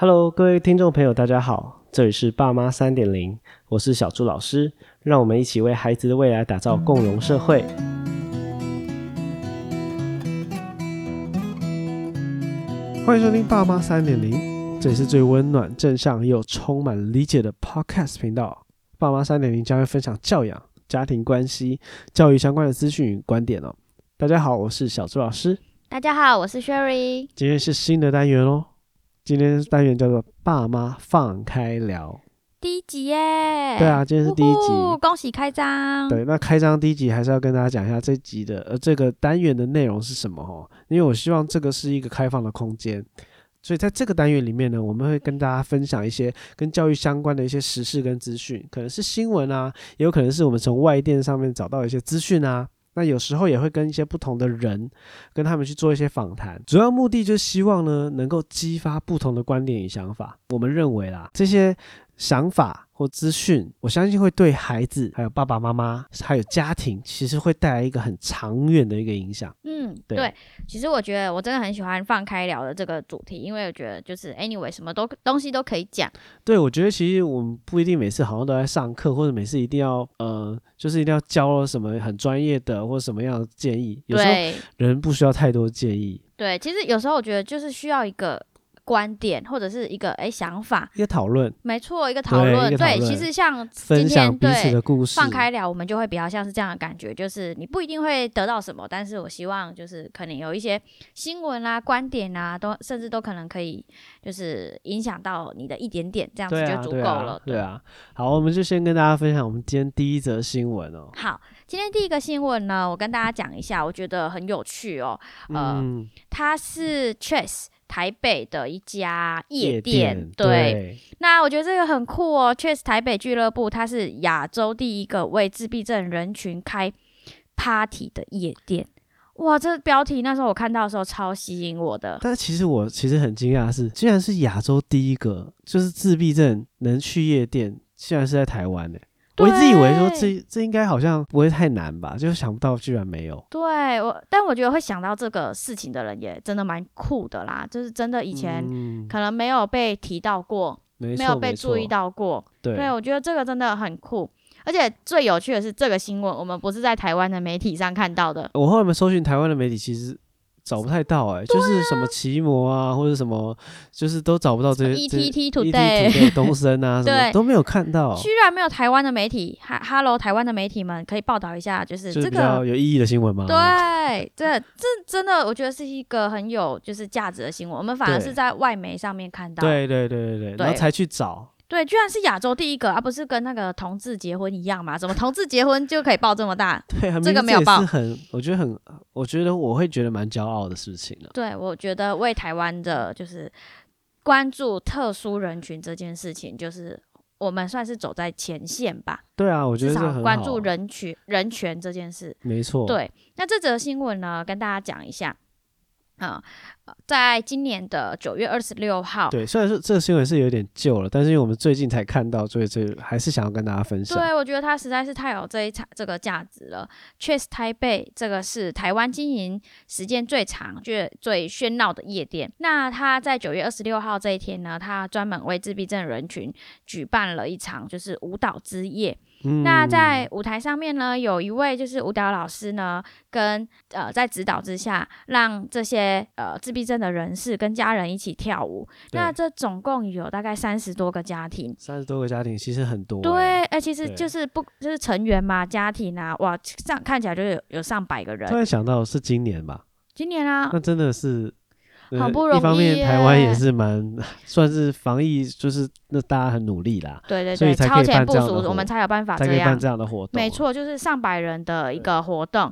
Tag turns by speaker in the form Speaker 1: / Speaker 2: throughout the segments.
Speaker 1: Hello，各位听众朋友，大家好，这里是爸妈三点零，我是小朱老师，让我们一起为孩子的未来打造共融社会。欢迎收听《爸妈三点零》，这里是最温暖、正向又充满理解的 Podcast 频道。爸妈三点零将会分享教养、家庭关系、教育相关的资讯与观点哦。大家好，我是小朱老师，
Speaker 2: 大家好，我是 Sherry。
Speaker 1: 今天是新的单元哦。今天单元叫做“爸妈放开聊
Speaker 2: 第一集耶！”，
Speaker 1: 对，啊，今天是第一集。
Speaker 2: 恭喜开张。
Speaker 1: 对，那开张第一集还是要跟大家讲一下这集的呃这个单元的内容是什么哦，因为我希望这个是一个开放的空间，所以在这个单元里面呢，我们会跟大家分享一些跟教育相关的一些时事跟资讯，可能是新闻啊，也有可能是我们从外电上面找到一些资讯啊。那有时候也会跟一些不同的人，跟他们去做一些访谈，主要目的就是希望呢，能够激发不同的观点与想法。我们认为啦，这些想法或资讯，我相信会对孩子、还有爸爸妈妈、还有家庭，其实会带来一个很长远的一个影响。
Speaker 2: 嗯，
Speaker 1: 对
Speaker 2: 对其实我觉得我真的很喜欢放开聊的这个主题，因为我觉得就是 anyway 什么都东西都可以讲。
Speaker 1: 对，我觉得其实我们不一定每次好像都在上课，或者每次一定要呃，就是一定要教什么很专业的或什么样的建议。有时候
Speaker 2: 对
Speaker 1: 人不需要太多建议，
Speaker 2: 对，其实有时候我觉得就是需要一个观点或者是一个哎想法，
Speaker 1: 一些讨论、
Speaker 2: 没错，一个讨
Speaker 1: 对
Speaker 2: 论。
Speaker 1: 一个讨
Speaker 2: 对，
Speaker 1: 论
Speaker 2: 其实像今
Speaker 1: 分享
Speaker 2: 天
Speaker 1: 彼此
Speaker 2: 对
Speaker 1: 的故事，
Speaker 2: 放开聊，我们就会比较像是这样的感觉，就是你不一定会得到什么，但是我希望就是可能有一些新闻啦、观点啦，都甚至都可能可以就是影响到你的一点点，这样子
Speaker 1: 对
Speaker 2: 就
Speaker 1: 啊，
Speaker 2: 足
Speaker 1: 对
Speaker 2: 够了。
Speaker 1: 啊，对啊。好，我们就先跟大家分享我们今天第一则新闻哦。
Speaker 2: 好，今天第一个新闻呢，我跟大家讲一下，我觉得很有趣哦。呃
Speaker 1: 嗯，
Speaker 2: 它是 Chess 台北的一家
Speaker 1: 夜
Speaker 2: 夜店，对，
Speaker 1: 对，
Speaker 2: 那我觉得这个很酷哦。确实，台北俱乐部它是亚洲第一个为自闭症人群开 party 的夜店。哇，这标题那时候我看到的时候超吸引我的。
Speaker 1: 但其实我其实很惊讶的是，竟然是亚洲第一个就是自闭症能去夜店，竟然是在台湾呢、欸我一直以为说
Speaker 2: 对
Speaker 1: 这这应该好像不会太难吧，就想不到居然没有。
Speaker 2: 对我，但我觉得会想到这个事情的人也真的蛮酷的啦，就是真的以前
Speaker 1: 嗯、
Speaker 2: 可能没有被提到过，
Speaker 1: 没
Speaker 2: 没
Speaker 1: 错
Speaker 2: 有被注意，到过。
Speaker 1: 没错
Speaker 2: 对，哦
Speaker 1: 对，
Speaker 2: 我觉得这个真的很酷。而且最有趣的是，这个新闻我们不是在台湾的媒体上看到的，
Speaker 1: 我后来们搜寻台湾的媒体，其实找不太到哎、
Speaker 2: 啊
Speaker 1: 就是什么奇摩啊，或者什么，就是都找不到这些 E 这
Speaker 2: ETT
Speaker 1: ETT
Speaker 2: E Today
Speaker 1: 东森 啊，什么
Speaker 2: 对
Speaker 1: 都没有看到，
Speaker 2: 居然没有台湾的媒体，哈，Hello，台湾的媒体们可以报道一下，就是
Speaker 1: 就是
Speaker 2: 这
Speaker 1: 比较
Speaker 2: 个，
Speaker 1: 有意义的新闻嘛。，
Speaker 2: 对，啊这这真的，我觉得是一个很有就是价值的新闻，我们反而
Speaker 1: 对
Speaker 2: 是在外媒上面看到，
Speaker 1: 对对对对对，然后
Speaker 2: 对
Speaker 1: 才去找，
Speaker 2: 对居然是亚洲第一个，而、啊不是跟那个同志结婚一样嘛？怎么同志结婚就可以报这么大？
Speaker 1: 对，啊
Speaker 2: 这个
Speaker 1: 明明
Speaker 2: 没有
Speaker 1: 也
Speaker 2: 报
Speaker 1: 是很，我觉得很，我觉得我会觉得蛮骄傲的事情啊。
Speaker 2: 对，我觉得为台湾的就是关注特殊人群这件事情，就是我们算是走在前线吧，
Speaker 1: 对啊，我觉
Speaker 2: 至
Speaker 1: 得这很
Speaker 2: 少
Speaker 1: 好
Speaker 2: 关注，人群人权这件事。
Speaker 1: 没错，，
Speaker 2: 对，那这则新闻呢，跟大家讲一下。啊、呃在今年的九月二十六号，
Speaker 1: 对，虽然说这个新闻是有点旧了，但是因为我们最近才看到，所以这还是啊想要跟大家分享。
Speaker 2: 对我觉得它实在是太有这一场这个价值了。确实，台北这个是台湾经营时间最长、最最喧闹的夜店。那它在九月二十六号这一天呢，它专门为自闭症人群举办了一场就是舞蹈之夜。
Speaker 1: 嗯
Speaker 2: 那在舞台上面呢，有一位就是舞蹈老师呢，跟呃在指导之下，让这些呃自闭症的人士跟家人一起跳舞。那
Speaker 1: 对
Speaker 2: 这总共有大概三十多个家庭。
Speaker 1: 三十多个家庭其实很多、欸
Speaker 2: 对，哎，其实
Speaker 1: 对
Speaker 2: 就是不就是成员嘛，家庭啊，哇，上看起来就有有上百个
Speaker 1: 突
Speaker 2: 人。
Speaker 1: 然想到是今年吧，
Speaker 2: 今年啊
Speaker 1: 那，真的是。呃
Speaker 2: 好不容易
Speaker 1: 一方面台湾也
Speaker 2: 耶
Speaker 1: 是蛮算是防疫，就是那大家很努力啦，
Speaker 2: 对对
Speaker 1: 所以
Speaker 2: 对，
Speaker 1: 才可
Speaker 2: 超
Speaker 1: 以办
Speaker 2: 前部
Speaker 1: 这样
Speaker 2: 署
Speaker 1: 的，
Speaker 2: 我
Speaker 1: 活
Speaker 2: 们才有办法
Speaker 1: 才可
Speaker 2: 啊这
Speaker 1: 以办
Speaker 2: 样
Speaker 1: 这。样的活动。啊
Speaker 2: 没，错，就是上百人的一个活动。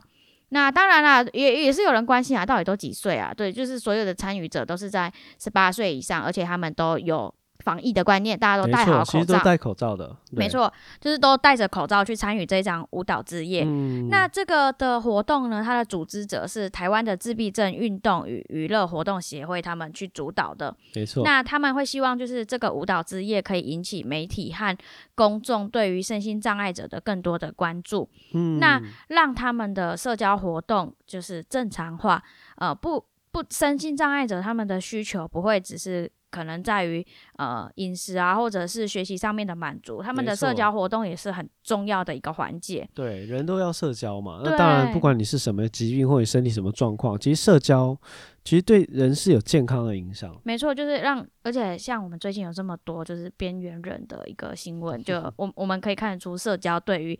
Speaker 2: 那当然啦，也也是有人关心啊，到底都几岁啊？对，就是所有的参与者都是在十八岁以上，而且他们都有防疫的观念，大家都
Speaker 1: 没
Speaker 2: 戴
Speaker 1: 错，
Speaker 2: 好
Speaker 1: 其
Speaker 2: 口
Speaker 1: 实都
Speaker 2: 罩。
Speaker 1: 戴口罩的，对
Speaker 2: 没，错，就是都戴着口罩去参与这一场舞蹈之夜。
Speaker 1: 嗯，
Speaker 2: 那这个的活动呢，它的组织者是台湾的自闭症运动与娱乐活动协会，他们去主导的。
Speaker 1: 没错，
Speaker 2: 那他们会希望就是这个舞蹈之夜可以引起媒体和公众对于身心障碍者的更多的关注，
Speaker 1: 嗯
Speaker 2: 那让他们的社交活动就是正常化，呃，不不，身心障碍者他们的需求不会只是可能在于呃饮食啊，或者是学习上面的满足，他们
Speaker 1: 没
Speaker 2: 的社
Speaker 1: 错
Speaker 2: 交活动也是很重要的一个环节。
Speaker 1: 对，人都要社交嘛。那当然，不
Speaker 2: 对
Speaker 1: 管你是什么疾病或者身体什么状况，其实社交其实对人是有健康的影响。
Speaker 2: 没错，就是让，而且像我们最近有这么多就是边缘人的一个新 闻，就我我们可以看得出社交对于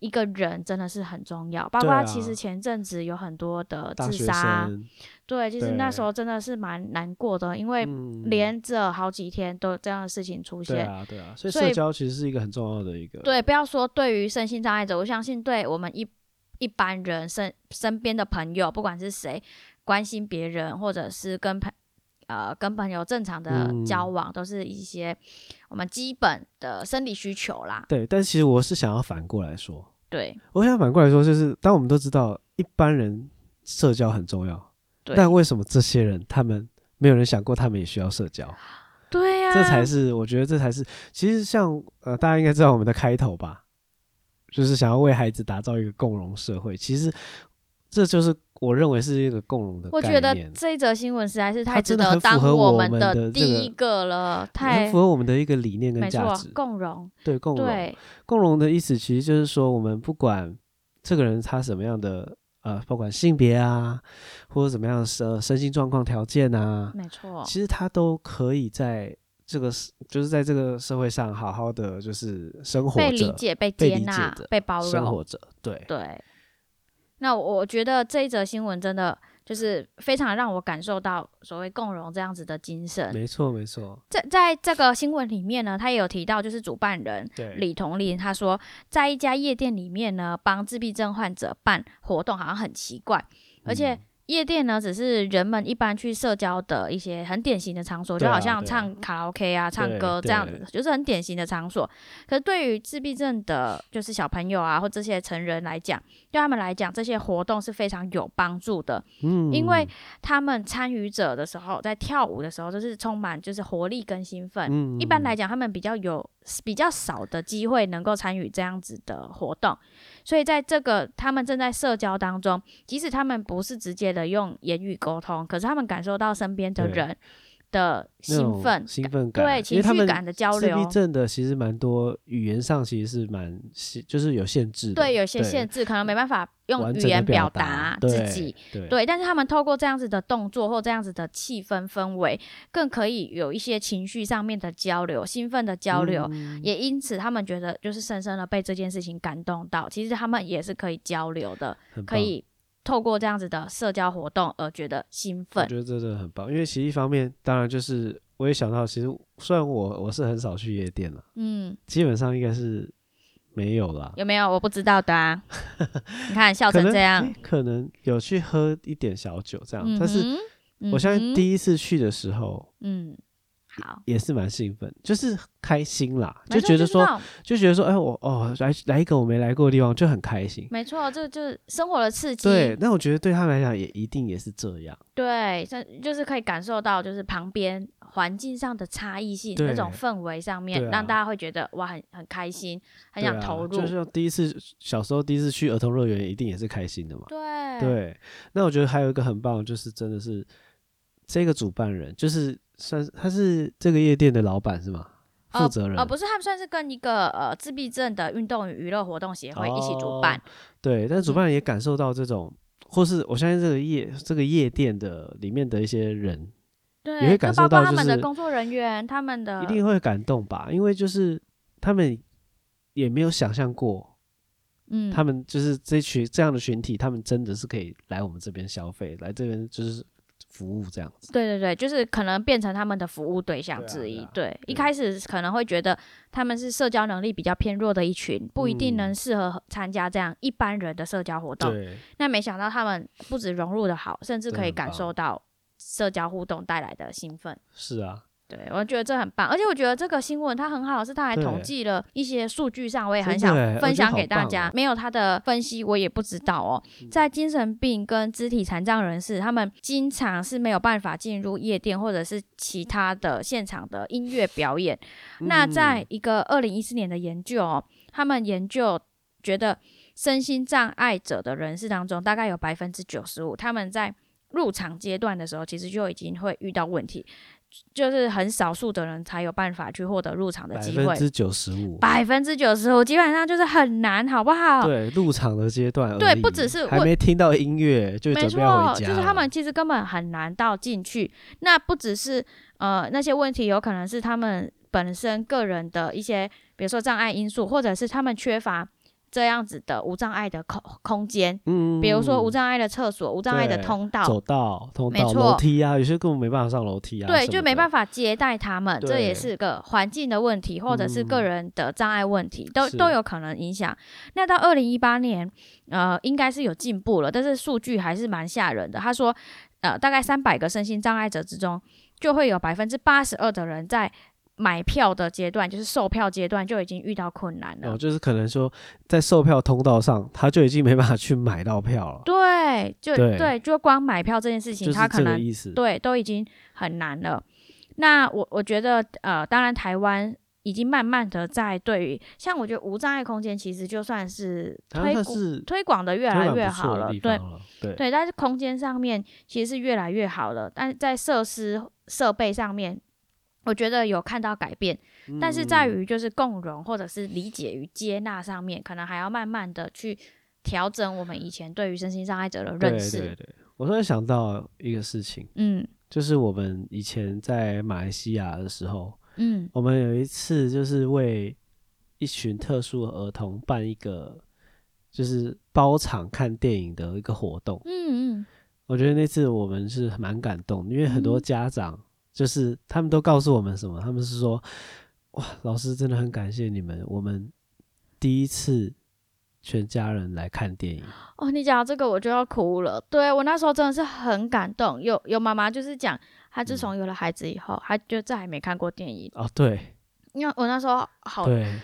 Speaker 2: 一个人真的是很重要。包
Speaker 1: 对
Speaker 2: 括
Speaker 1: 啊
Speaker 2: 其实前阵子有很多的
Speaker 1: 大
Speaker 2: 自
Speaker 1: 学
Speaker 2: 杀啊，
Speaker 1: 生，
Speaker 2: 对，其实那
Speaker 1: 对
Speaker 2: 时候真的是蛮难过的，因为
Speaker 1: 嗯，
Speaker 2: 连着好几天都有这样的事情出
Speaker 1: 对
Speaker 2: 现。
Speaker 1: 啊，对啊，所以
Speaker 2: 所
Speaker 1: 社
Speaker 2: 以
Speaker 1: 交其实是一个很重要的一个。
Speaker 2: 对，不要说对于身心障碍者，我相信对我们一一般人身身边的朋友，不管是谁，关心别人或者是跟朋呃跟朋友正常的
Speaker 1: 嗯
Speaker 2: 交往，都是一些我们基本的生理需求啦。
Speaker 1: 对，但其实我是想要反过来说，
Speaker 2: 对
Speaker 1: 我想反过来说，就是当我们都知道一般人社交很重要，
Speaker 2: 对
Speaker 1: 但为什么这些人他们没有人想过他们也需要社交？
Speaker 2: 对啊呀、
Speaker 1: 这才是我觉得这才是，其实像呃大家应该知道我们的开头吧，就是想要为孩子打造一个共融社会，其实这就是我认为是一个共融的
Speaker 2: 我
Speaker 1: 概
Speaker 2: 觉得
Speaker 1: 念。
Speaker 2: 这一则新闻实在是太
Speaker 1: 它
Speaker 2: 值
Speaker 1: 真的
Speaker 2: 得
Speaker 1: 很符
Speaker 2: 当
Speaker 1: 合我
Speaker 2: 们
Speaker 1: 们的
Speaker 2: 的
Speaker 1: 这
Speaker 2: 第一
Speaker 1: 个
Speaker 2: 个了，
Speaker 1: 很
Speaker 2: 太
Speaker 1: 符合我们的一个理念跟
Speaker 2: 没
Speaker 1: 价
Speaker 2: 错
Speaker 1: 值，，
Speaker 2: 共融
Speaker 1: 对共融，
Speaker 2: 对
Speaker 1: 共融的意思其实就是说，我们不管这个人他什么样的呃，不管性别啊，或者怎么样的身身心状况条件啊，
Speaker 2: 没错，
Speaker 1: 其实他都可以在这个社就是在这个社会上好好的就是生活
Speaker 2: 被
Speaker 1: 着，
Speaker 2: 理解、被
Speaker 1: 被
Speaker 2: 接
Speaker 1: 理解
Speaker 2: 纳
Speaker 1: 的、
Speaker 2: 被包
Speaker 1: 生
Speaker 2: 容
Speaker 1: 活。着，对，
Speaker 2: 对，那我我觉得这一则新闻真的就是非常让我感受到所谓共荣这样子的精神。
Speaker 1: 没错没错，
Speaker 2: 在在这个新闻里面呢，他也有提到，就是主办人
Speaker 1: 对，
Speaker 2: 李同林他说，在一家夜店里面呢，帮自闭症患者办活动好像很奇怪，而且
Speaker 1: 嗯
Speaker 2: 夜店呢只是人们一般去社交的一些很典型的场所，
Speaker 1: 对
Speaker 2: 就
Speaker 1: 啊
Speaker 2: 好像
Speaker 1: 对啊
Speaker 2: 唱卡拉 OK 啊、唱
Speaker 1: 对
Speaker 2: 歌这样子
Speaker 1: 对，
Speaker 2: 就是很典型的场所。可是对于自闭症的，就是小朋友啊或这些成人来讲，对他们来讲，这些活动是非常有帮助的，
Speaker 1: 嗯
Speaker 2: 因为他们参与者的时候，在跳舞的时候，就是充满就是活力跟兴奋。
Speaker 1: 嗯
Speaker 2: 一般
Speaker 1: 嗯
Speaker 2: 来讲，他们比较有比较少的机会能够参与这样子的活动，所以在这个他们正在社交当中，即使他们不是直接的用言语沟通，可是他们感受到身边的
Speaker 1: 对
Speaker 2: 人的
Speaker 1: 那
Speaker 2: 兴
Speaker 1: 种
Speaker 2: 奋，
Speaker 1: 兴奋感，啊
Speaker 2: 对
Speaker 1: 因为
Speaker 2: 情
Speaker 1: 他
Speaker 2: 绪
Speaker 1: 们
Speaker 2: 感的交
Speaker 1: 自闭
Speaker 2: 流，
Speaker 1: 症的其实蛮多，语言上其实是蛮就是有限制的，
Speaker 2: 对有些限制，可能没办法用
Speaker 1: 完
Speaker 2: 语
Speaker 1: 整地
Speaker 2: 言表
Speaker 1: 达
Speaker 2: 达自己。，
Speaker 1: 对嗯对
Speaker 2: 对，但是他们透过这样子的动作或这样子的气氛氛围，更可以有一些情绪上面的交流、兴奋的交流，
Speaker 1: 嗯
Speaker 2: 也因此他们觉得就是深深的被这件事情感动到。其实他们也是可以交流的，
Speaker 1: 很
Speaker 2: 可
Speaker 1: 棒
Speaker 2: 以透过这样子的社交活动而觉得兴
Speaker 1: 我
Speaker 2: 奋。
Speaker 1: 觉得这真的很棒，因为其实一方面，当然就是我也想到，其实虽然我我是很少去夜店了，
Speaker 2: 嗯，
Speaker 1: 基本上应该是没有啦，
Speaker 2: 有没有我不知道 的啊？你看笑
Speaker 1: 可
Speaker 2: 成
Speaker 1: 能
Speaker 2: 这样
Speaker 1: 诶，可能有去喝一点小酒这样，
Speaker 2: 嗯
Speaker 1: 但是
Speaker 2: 哼，
Speaker 1: 我相信
Speaker 2: 嗯哼
Speaker 1: 第一次去的时候
Speaker 2: 嗯，好，
Speaker 1: 也是蛮兴奋，就是开心啦，
Speaker 2: 没
Speaker 1: 就
Speaker 2: 错
Speaker 1: 觉得
Speaker 2: 是
Speaker 1: 说
Speaker 2: 那种
Speaker 1: 就觉得说，哎，我哦来来一个我没来过的地方就很开心。
Speaker 2: 没错，这就是生活的刺激。
Speaker 1: 对，那我觉得对他们来讲也一定也是这样。
Speaker 2: 对，这就是可以感受到，就是旁边环境上的差异性，那种
Speaker 1: 对
Speaker 2: 氛围上面，
Speaker 1: 对啊
Speaker 2: 让大家会觉得哇，很很开心，很想
Speaker 1: 对啊
Speaker 2: 投入。
Speaker 1: 就像第一次小时候第一次去儿童乐园，一定也是开心的嘛。
Speaker 2: 对
Speaker 1: 对，那我觉得还有一个很棒，就是真的是这个主办人，就是算是他是这个夜店的老板是吗？负责人、
Speaker 2: 呃，不是，他们算是跟一个呃自闭症的运动与娱乐活动协会一起主办
Speaker 1: 哦。对，但是主
Speaker 2: 嗯
Speaker 1: 办人也感受到这种，或是我相信这个夜这个夜店的里面的一些人，也
Speaker 2: 对，
Speaker 1: 会
Speaker 2: 就
Speaker 1: 感
Speaker 2: 包
Speaker 1: 受
Speaker 2: 括
Speaker 1: 到
Speaker 2: 他
Speaker 1: 就
Speaker 2: 们的
Speaker 1: 是
Speaker 2: 工作人员，他们的
Speaker 1: 一定会感动吧，因为就是他们也没有想象过，
Speaker 2: 嗯，
Speaker 1: 他们就是这群这样的群体，他们真的是可以来我们这边消费，来这边就是服务这样子。
Speaker 2: 对对对，就是可能变成他们的服务对象
Speaker 1: 对啊
Speaker 2: 之一。
Speaker 1: 对啊
Speaker 2: 对，
Speaker 1: 对
Speaker 2: 一开始可能会觉得他们是社交能力比较偏弱的一群，不一定能
Speaker 1: 嗯
Speaker 2: 适合参加这样一般人的社交活动。
Speaker 1: 对，
Speaker 2: 那没想到他们不止融入的好，甚至
Speaker 1: 真的
Speaker 2: 可以
Speaker 1: 很
Speaker 2: 感
Speaker 1: 棒
Speaker 2: 受到社交互动带来的兴奋。
Speaker 1: 是啊，
Speaker 2: 对，我觉得这很棒，而且我觉得这个新闻它很好，是它还统
Speaker 1: 对
Speaker 2: 计了一些数据上，我也很
Speaker 1: 真
Speaker 2: 想
Speaker 1: 的欸我
Speaker 2: 分
Speaker 1: 觉得
Speaker 2: 享给
Speaker 1: 好
Speaker 2: 大
Speaker 1: 棒
Speaker 2: 家。
Speaker 1: 哦嗯
Speaker 2: 没有它的分析，我也不知道哦。在精神病跟肢体残障人士，他们经常是没有办法进入夜店或者是其他的现场的音乐表演。那
Speaker 1: 嗯
Speaker 2: 在一个二零一四年的研究、哦，他们研究觉得身心障碍者的人士当中，大概有百分之九十五，他们在入场阶段的时候，其实就已经会遇到问题。就是很少数的人才有办法去获得入场的
Speaker 1: 百
Speaker 2: 机
Speaker 1: 分
Speaker 2: 会，
Speaker 1: 之九十五，
Speaker 2: 百分之九十五基本上就是很难，好不好？
Speaker 1: 对，入场的阶段而已，
Speaker 2: 对不只是
Speaker 1: 还
Speaker 2: 我
Speaker 1: 没听到音乐就
Speaker 2: 没
Speaker 1: 准备要回
Speaker 2: 错，
Speaker 1: 家
Speaker 2: 就
Speaker 1: 了，
Speaker 2: 是他们其实根本很难到进去。那不只是呃那些问题，有可能是他们本身个人的一些，比如说障碍因素，或者是他们缺乏这样子的无障碍的空空间，
Speaker 1: 嗯，嗯，
Speaker 2: 比如说
Speaker 1: 嗯
Speaker 2: 无障碍的厕所、无障碍的
Speaker 1: 对
Speaker 2: 通道。
Speaker 1: 走道、通
Speaker 2: 没
Speaker 1: 道、
Speaker 2: 错
Speaker 1: 楼梯啊，有些根本没办法上楼梯啊，
Speaker 2: 对，就没办
Speaker 1: 法，
Speaker 2: 法接待他们，这也
Speaker 1: 对
Speaker 2: 是个环境的问题，或者是个
Speaker 1: 嗯
Speaker 2: 人的障碍问题，都
Speaker 1: 是
Speaker 2: 都有可能影响。那到二零一八年，呃，应该是有进步了，但是数据还是蛮吓人的。他说，呃，大概三百个身心障碍者之中，就会有百分之八十二的人在买票的阶段，就是售票阶段就已经遇到困难了。
Speaker 1: 哦，就是可能说在售票通道上，他就已经没办法去买到票了，
Speaker 2: 对，就
Speaker 1: 对
Speaker 2: 就光买票这件事情，
Speaker 1: 就是
Speaker 2: 他可
Speaker 1: 这个
Speaker 2: 能
Speaker 1: 意思，
Speaker 2: 对，都已经很难了。那我我觉得，呃，当然台湾已经慢慢的在对于，像我觉得无障碍空间其实就算是
Speaker 1: 然后
Speaker 2: 推
Speaker 1: 他
Speaker 2: 广
Speaker 1: 是
Speaker 2: 推广的越
Speaker 1: 推
Speaker 2: 来
Speaker 1: 广
Speaker 2: 越
Speaker 1: 不错
Speaker 2: 好
Speaker 1: 的
Speaker 2: 了，
Speaker 1: 地
Speaker 2: 对
Speaker 1: 方了，对
Speaker 2: 对，但是空间上面其实是越来越好了，但是在设施设备上面，我觉得有看到改变，但是在
Speaker 1: 嗯
Speaker 2: 于就是共融或者是理解与接纳上面，可能还要慢慢的去调整我们以前对于身心障碍者的认识，
Speaker 1: 嗯对对对，我突然想到一个事情，
Speaker 2: 嗯
Speaker 1: 就是我们以前在马来西亚的时候，
Speaker 2: 嗯，
Speaker 1: 我们有一次就是为一群特殊儿童办一个就是包场看电影的一个活动。
Speaker 2: 嗯嗯，
Speaker 1: 我觉得那次我们是蛮感动的，因为很多
Speaker 2: 嗯
Speaker 1: 家长就是他们都告诉我们什么，他们是说哇，老师真的很感谢你们，我们第一次全家人来看电影。
Speaker 2: 哦，你讲到这个我就要哭了。对我那时候真的是很感动，有有妈妈就是讲，她
Speaker 1: 嗯
Speaker 2: 自从有了孩子以后，她就再也没看过电影。
Speaker 1: 哦，对
Speaker 2: 因为我那时候好
Speaker 1: 对，
Speaker 2: 哦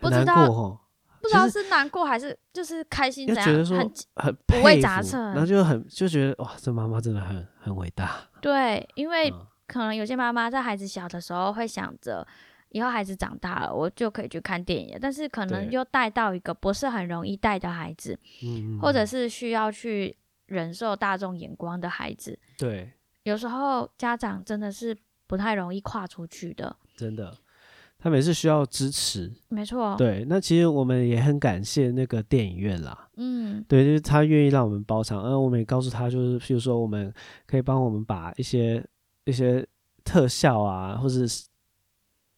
Speaker 2: 不
Speaker 1: 很
Speaker 2: 知
Speaker 1: 难
Speaker 2: 道
Speaker 1: 过哦。
Speaker 2: 不知
Speaker 1: 其
Speaker 2: 道
Speaker 1: 实
Speaker 2: 是难过还是就是开心
Speaker 1: 又
Speaker 2: 怎
Speaker 1: 觉得
Speaker 2: 样，
Speaker 1: 说
Speaker 2: 很
Speaker 1: 很
Speaker 2: 五
Speaker 1: 佩
Speaker 2: 味杂
Speaker 1: 服
Speaker 2: 陈
Speaker 1: 然后就很就觉得哇，这妈妈真的很很伟大。
Speaker 2: 对，因为
Speaker 1: 嗯
Speaker 2: 可能有些妈妈在孩子小的时候会想着。以后孩子长大了，我就可以去看电影了，但是可能
Speaker 1: 对
Speaker 2: 又带到一个不是很容易带的孩子，
Speaker 1: 嗯，
Speaker 2: 或者
Speaker 1: 嗯
Speaker 2: 是需要去忍受大众眼光的孩子，
Speaker 1: 对，
Speaker 2: 有时候家长真的是不太容易跨出去的。
Speaker 1: 真的，他们也是需要支持。
Speaker 2: 没错，，
Speaker 1: 对，那其实我们也很感谢那个电影院啦。
Speaker 2: 嗯，
Speaker 1: 对，就是他愿意让我们包场，呃而我们也告诉他，就是譬如说，我们可以帮我们把一些一些特效啊，或者是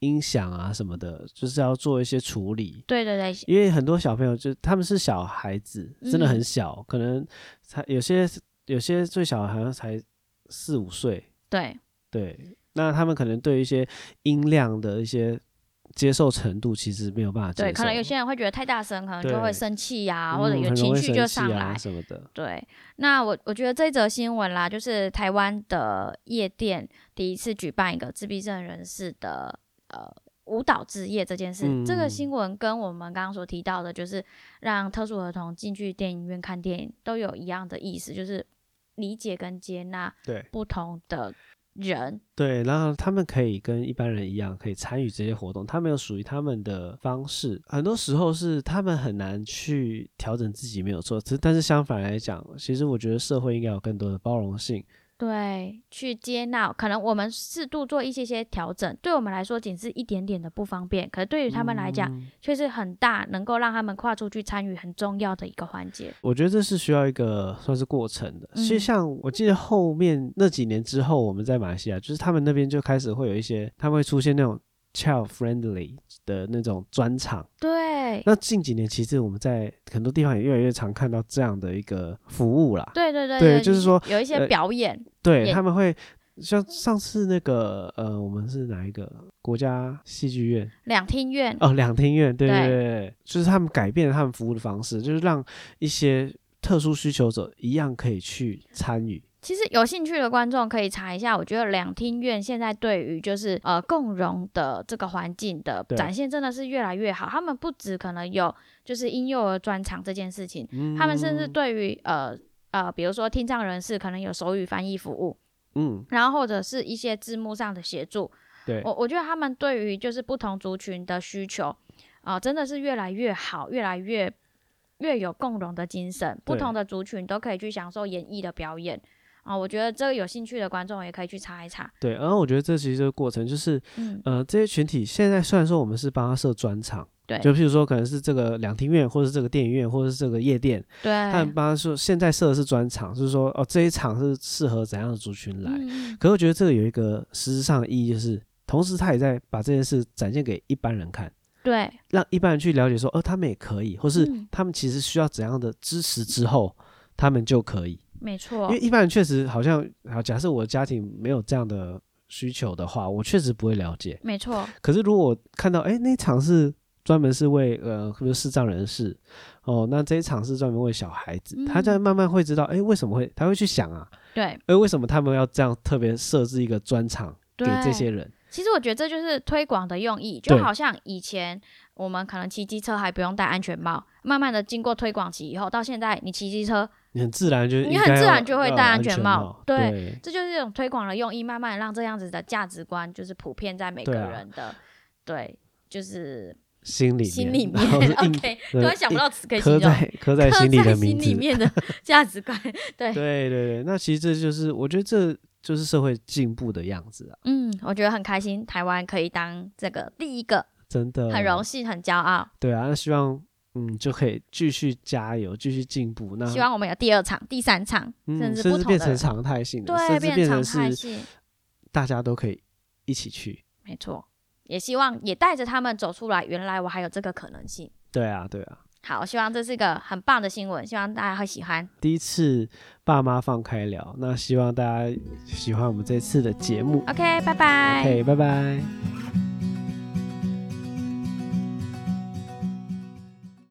Speaker 1: 音响啊什么的，就是要做一些处理。
Speaker 2: 对对对，
Speaker 1: 因为很多小朋友就他们是小孩子，真的
Speaker 2: 嗯
Speaker 1: 很小，可能才有些有些最小好像才四五岁，
Speaker 2: 对，
Speaker 1: 对，那他们可能对一些音量的一些接受程度其实没有办法接受，
Speaker 2: 对，可能有些人会觉得太大声，可能就
Speaker 1: 对
Speaker 2: 会生气呀、
Speaker 1: 嗯
Speaker 2: 或者
Speaker 1: 很
Speaker 2: 有
Speaker 1: 容
Speaker 2: 情
Speaker 1: 易
Speaker 2: 绪
Speaker 1: 生
Speaker 2: 就
Speaker 1: 气
Speaker 2: 上来。
Speaker 1: 啊什么的，
Speaker 2: 对，那我我觉得这则新闻啦，就是台湾的夜店第一次举办一个自闭症人士的呃舞蹈之夜这件事，这个
Speaker 1: 嗯
Speaker 2: 新闻跟我们刚刚所提到的，就是让特殊儿童进去电影院看电影，都有一样的意思，就是理解跟接纳
Speaker 1: 对
Speaker 2: 不同的人，
Speaker 1: 对，然后他们可以跟一般人一样，可以参与这些活动，他们有属于他们的方式，很多时候是他们很难去调整自己，没有错，只但是相反来讲，其实我觉得社会应该有更多的包容性，
Speaker 2: 对，去接纳，可能我们适度做一些些调整，对我们来说仅是一点点的不方便，可是对于他们来讲
Speaker 1: 嗯
Speaker 2: 却是很大，能够让他们跨出去参与很重要的一个环节。
Speaker 1: 我觉得这是需要一个算是过程的。其实
Speaker 2: 嗯
Speaker 1: 像我记得后面那几年之后，我们在马来西亚，就是他们那边就开始会有一些，他们会出现那种 child friendly 的那种专场。
Speaker 2: 对，
Speaker 1: 那近几年其实我们在很多地方也越来越常看到这样的一个服务啦。
Speaker 2: 对对对
Speaker 1: 对就是说
Speaker 2: 有一些
Speaker 1: 呃
Speaker 2: 表演，
Speaker 1: 对
Speaker 2: 也
Speaker 1: 他们会像上次那个呃，我们是哪一个国家戏剧院？
Speaker 2: 两厅院，
Speaker 1: 哦，两厅院，对对
Speaker 2: 对
Speaker 1: 对对，就是他们改变了他们服务的方式，就是让一些特殊需求者一样可以去参与。
Speaker 2: 其实有兴趣的观众可以查一下，我觉得两厅院现在对于就是呃共融的这个环境的
Speaker 1: 对
Speaker 2: 展现真的是越来越好。他们不止可能有就是婴幼儿专场这件事情，他们甚至
Speaker 1: 嗯
Speaker 2: 对于呃呃，比如说听障人士可能有手语翻译服务，
Speaker 1: 嗯，
Speaker 2: 然后或者是一些字幕上的协助。
Speaker 1: 对，
Speaker 2: 我我觉得他们对于就是不同族群的需求，啊、真的是越来越好，越来越越有共融的精神，不
Speaker 1: 对
Speaker 2: 同的族群都可以去享受演艺的表演。啊、我觉得这个有兴趣的观众也可以去查一查。
Speaker 1: 对，然后我觉得这其实这个过程就是，
Speaker 2: 嗯，
Speaker 1: 呃，这些群体现在虽然说我们是帮他设专场，
Speaker 2: 对
Speaker 1: 就譬如说可能是这个两厅院，或者是这个电影院，或者是这个夜店，
Speaker 2: 对，
Speaker 1: 他们帮他说现在设的是专场，就是说哦这一场是适合怎样的族群来。
Speaker 2: 嗯
Speaker 1: 可是我觉得这个有一个实质上的意义，就是同时他也在把这件事展现给一般人看，
Speaker 2: 对，
Speaker 1: 让一般人去了解说，哦，他们也可以，或是
Speaker 2: 嗯
Speaker 1: 他们其实需要怎样的支持之后，他们就可以。
Speaker 2: 没
Speaker 1: 因
Speaker 2: 错
Speaker 1: 为，一般人确实好像，好假设我的家庭没有这样的需求的话，我确实不会了解。
Speaker 2: 没错，
Speaker 1: 可是如果我看到，哎，那一场是专门是为呃，比如视障人士，哦，那这一场是专门为小孩子，他就
Speaker 2: 嗯
Speaker 1: 慢慢会知道，哎，为什么会，他会去想啊，
Speaker 2: 对
Speaker 1: 哎，为什么他们要这样特别设置一个专场给
Speaker 2: 对。
Speaker 1: 这些人？
Speaker 2: 其实我觉得这就是推广的用意，就
Speaker 1: 对
Speaker 2: 好像以前我们可能骑机车还不用戴安全帽，慢慢的经过推广期以后，到现在你骑机车，
Speaker 1: 你很自然就
Speaker 2: 你
Speaker 1: 应
Speaker 2: 很
Speaker 1: 该
Speaker 2: 自
Speaker 1: 要
Speaker 2: 然就会
Speaker 1: 要有
Speaker 2: 戴安
Speaker 1: 安
Speaker 2: 全
Speaker 1: 全
Speaker 2: 帽对
Speaker 1: 对
Speaker 2: 这就是一种推广的用意，慢慢地让这样子的价值观就是普遍在每个
Speaker 1: 对啊
Speaker 2: 人的对，就是
Speaker 1: 心里
Speaker 2: 心里面
Speaker 1: 然后是。硬
Speaker 2: OK，突然想不到词可以形
Speaker 1: 刻
Speaker 2: 容。
Speaker 1: 在刻 在心里的名
Speaker 2: 心里
Speaker 1: 字。
Speaker 2: 面的价值 观，
Speaker 1: 对对对，那其实这就是我觉得这就是社会进步的样子啊，
Speaker 2: 嗯，我觉得很开心，台湾可以当这个第一个，
Speaker 1: 真的
Speaker 2: 很荣幸，很骄傲。
Speaker 1: 对啊，那希望嗯就可以继续加油，继续进步。那
Speaker 2: 希望我们有第二场、第三场，
Speaker 1: 嗯
Speaker 2: 甚至
Speaker 1: 甚
Speaker 2: 不
Speaker 1: 至
Speaker 2: 同
Speaker 1: 变
Speaker 2: 的
Speaker 1: 成常态性的，
Speaker 2: 对
Speaker 1: 甚至
Speaker 2: 变
Speaker 1: 变
Speaker 2: 常
Speaker 1: 成
Speaker 2: 态
Speaker 1: 是
Speaker 2: 性，
Speaker 1: 大家都可以一起去。
Speaker 2: 没错。也希望也带着他们走出来，原来我还有这个可能性。
Speaker 1: 对啊，对啊，
Speaker 2: 好，希望这是一个很棒的新闻，希望大家会喜欢。
Speaker 1: 第一次爸妈放开聊，那希望大家喜欢我们这次的节目。
Speaker 2: OK，拜拜。
Speaker 1: OK，拜拜。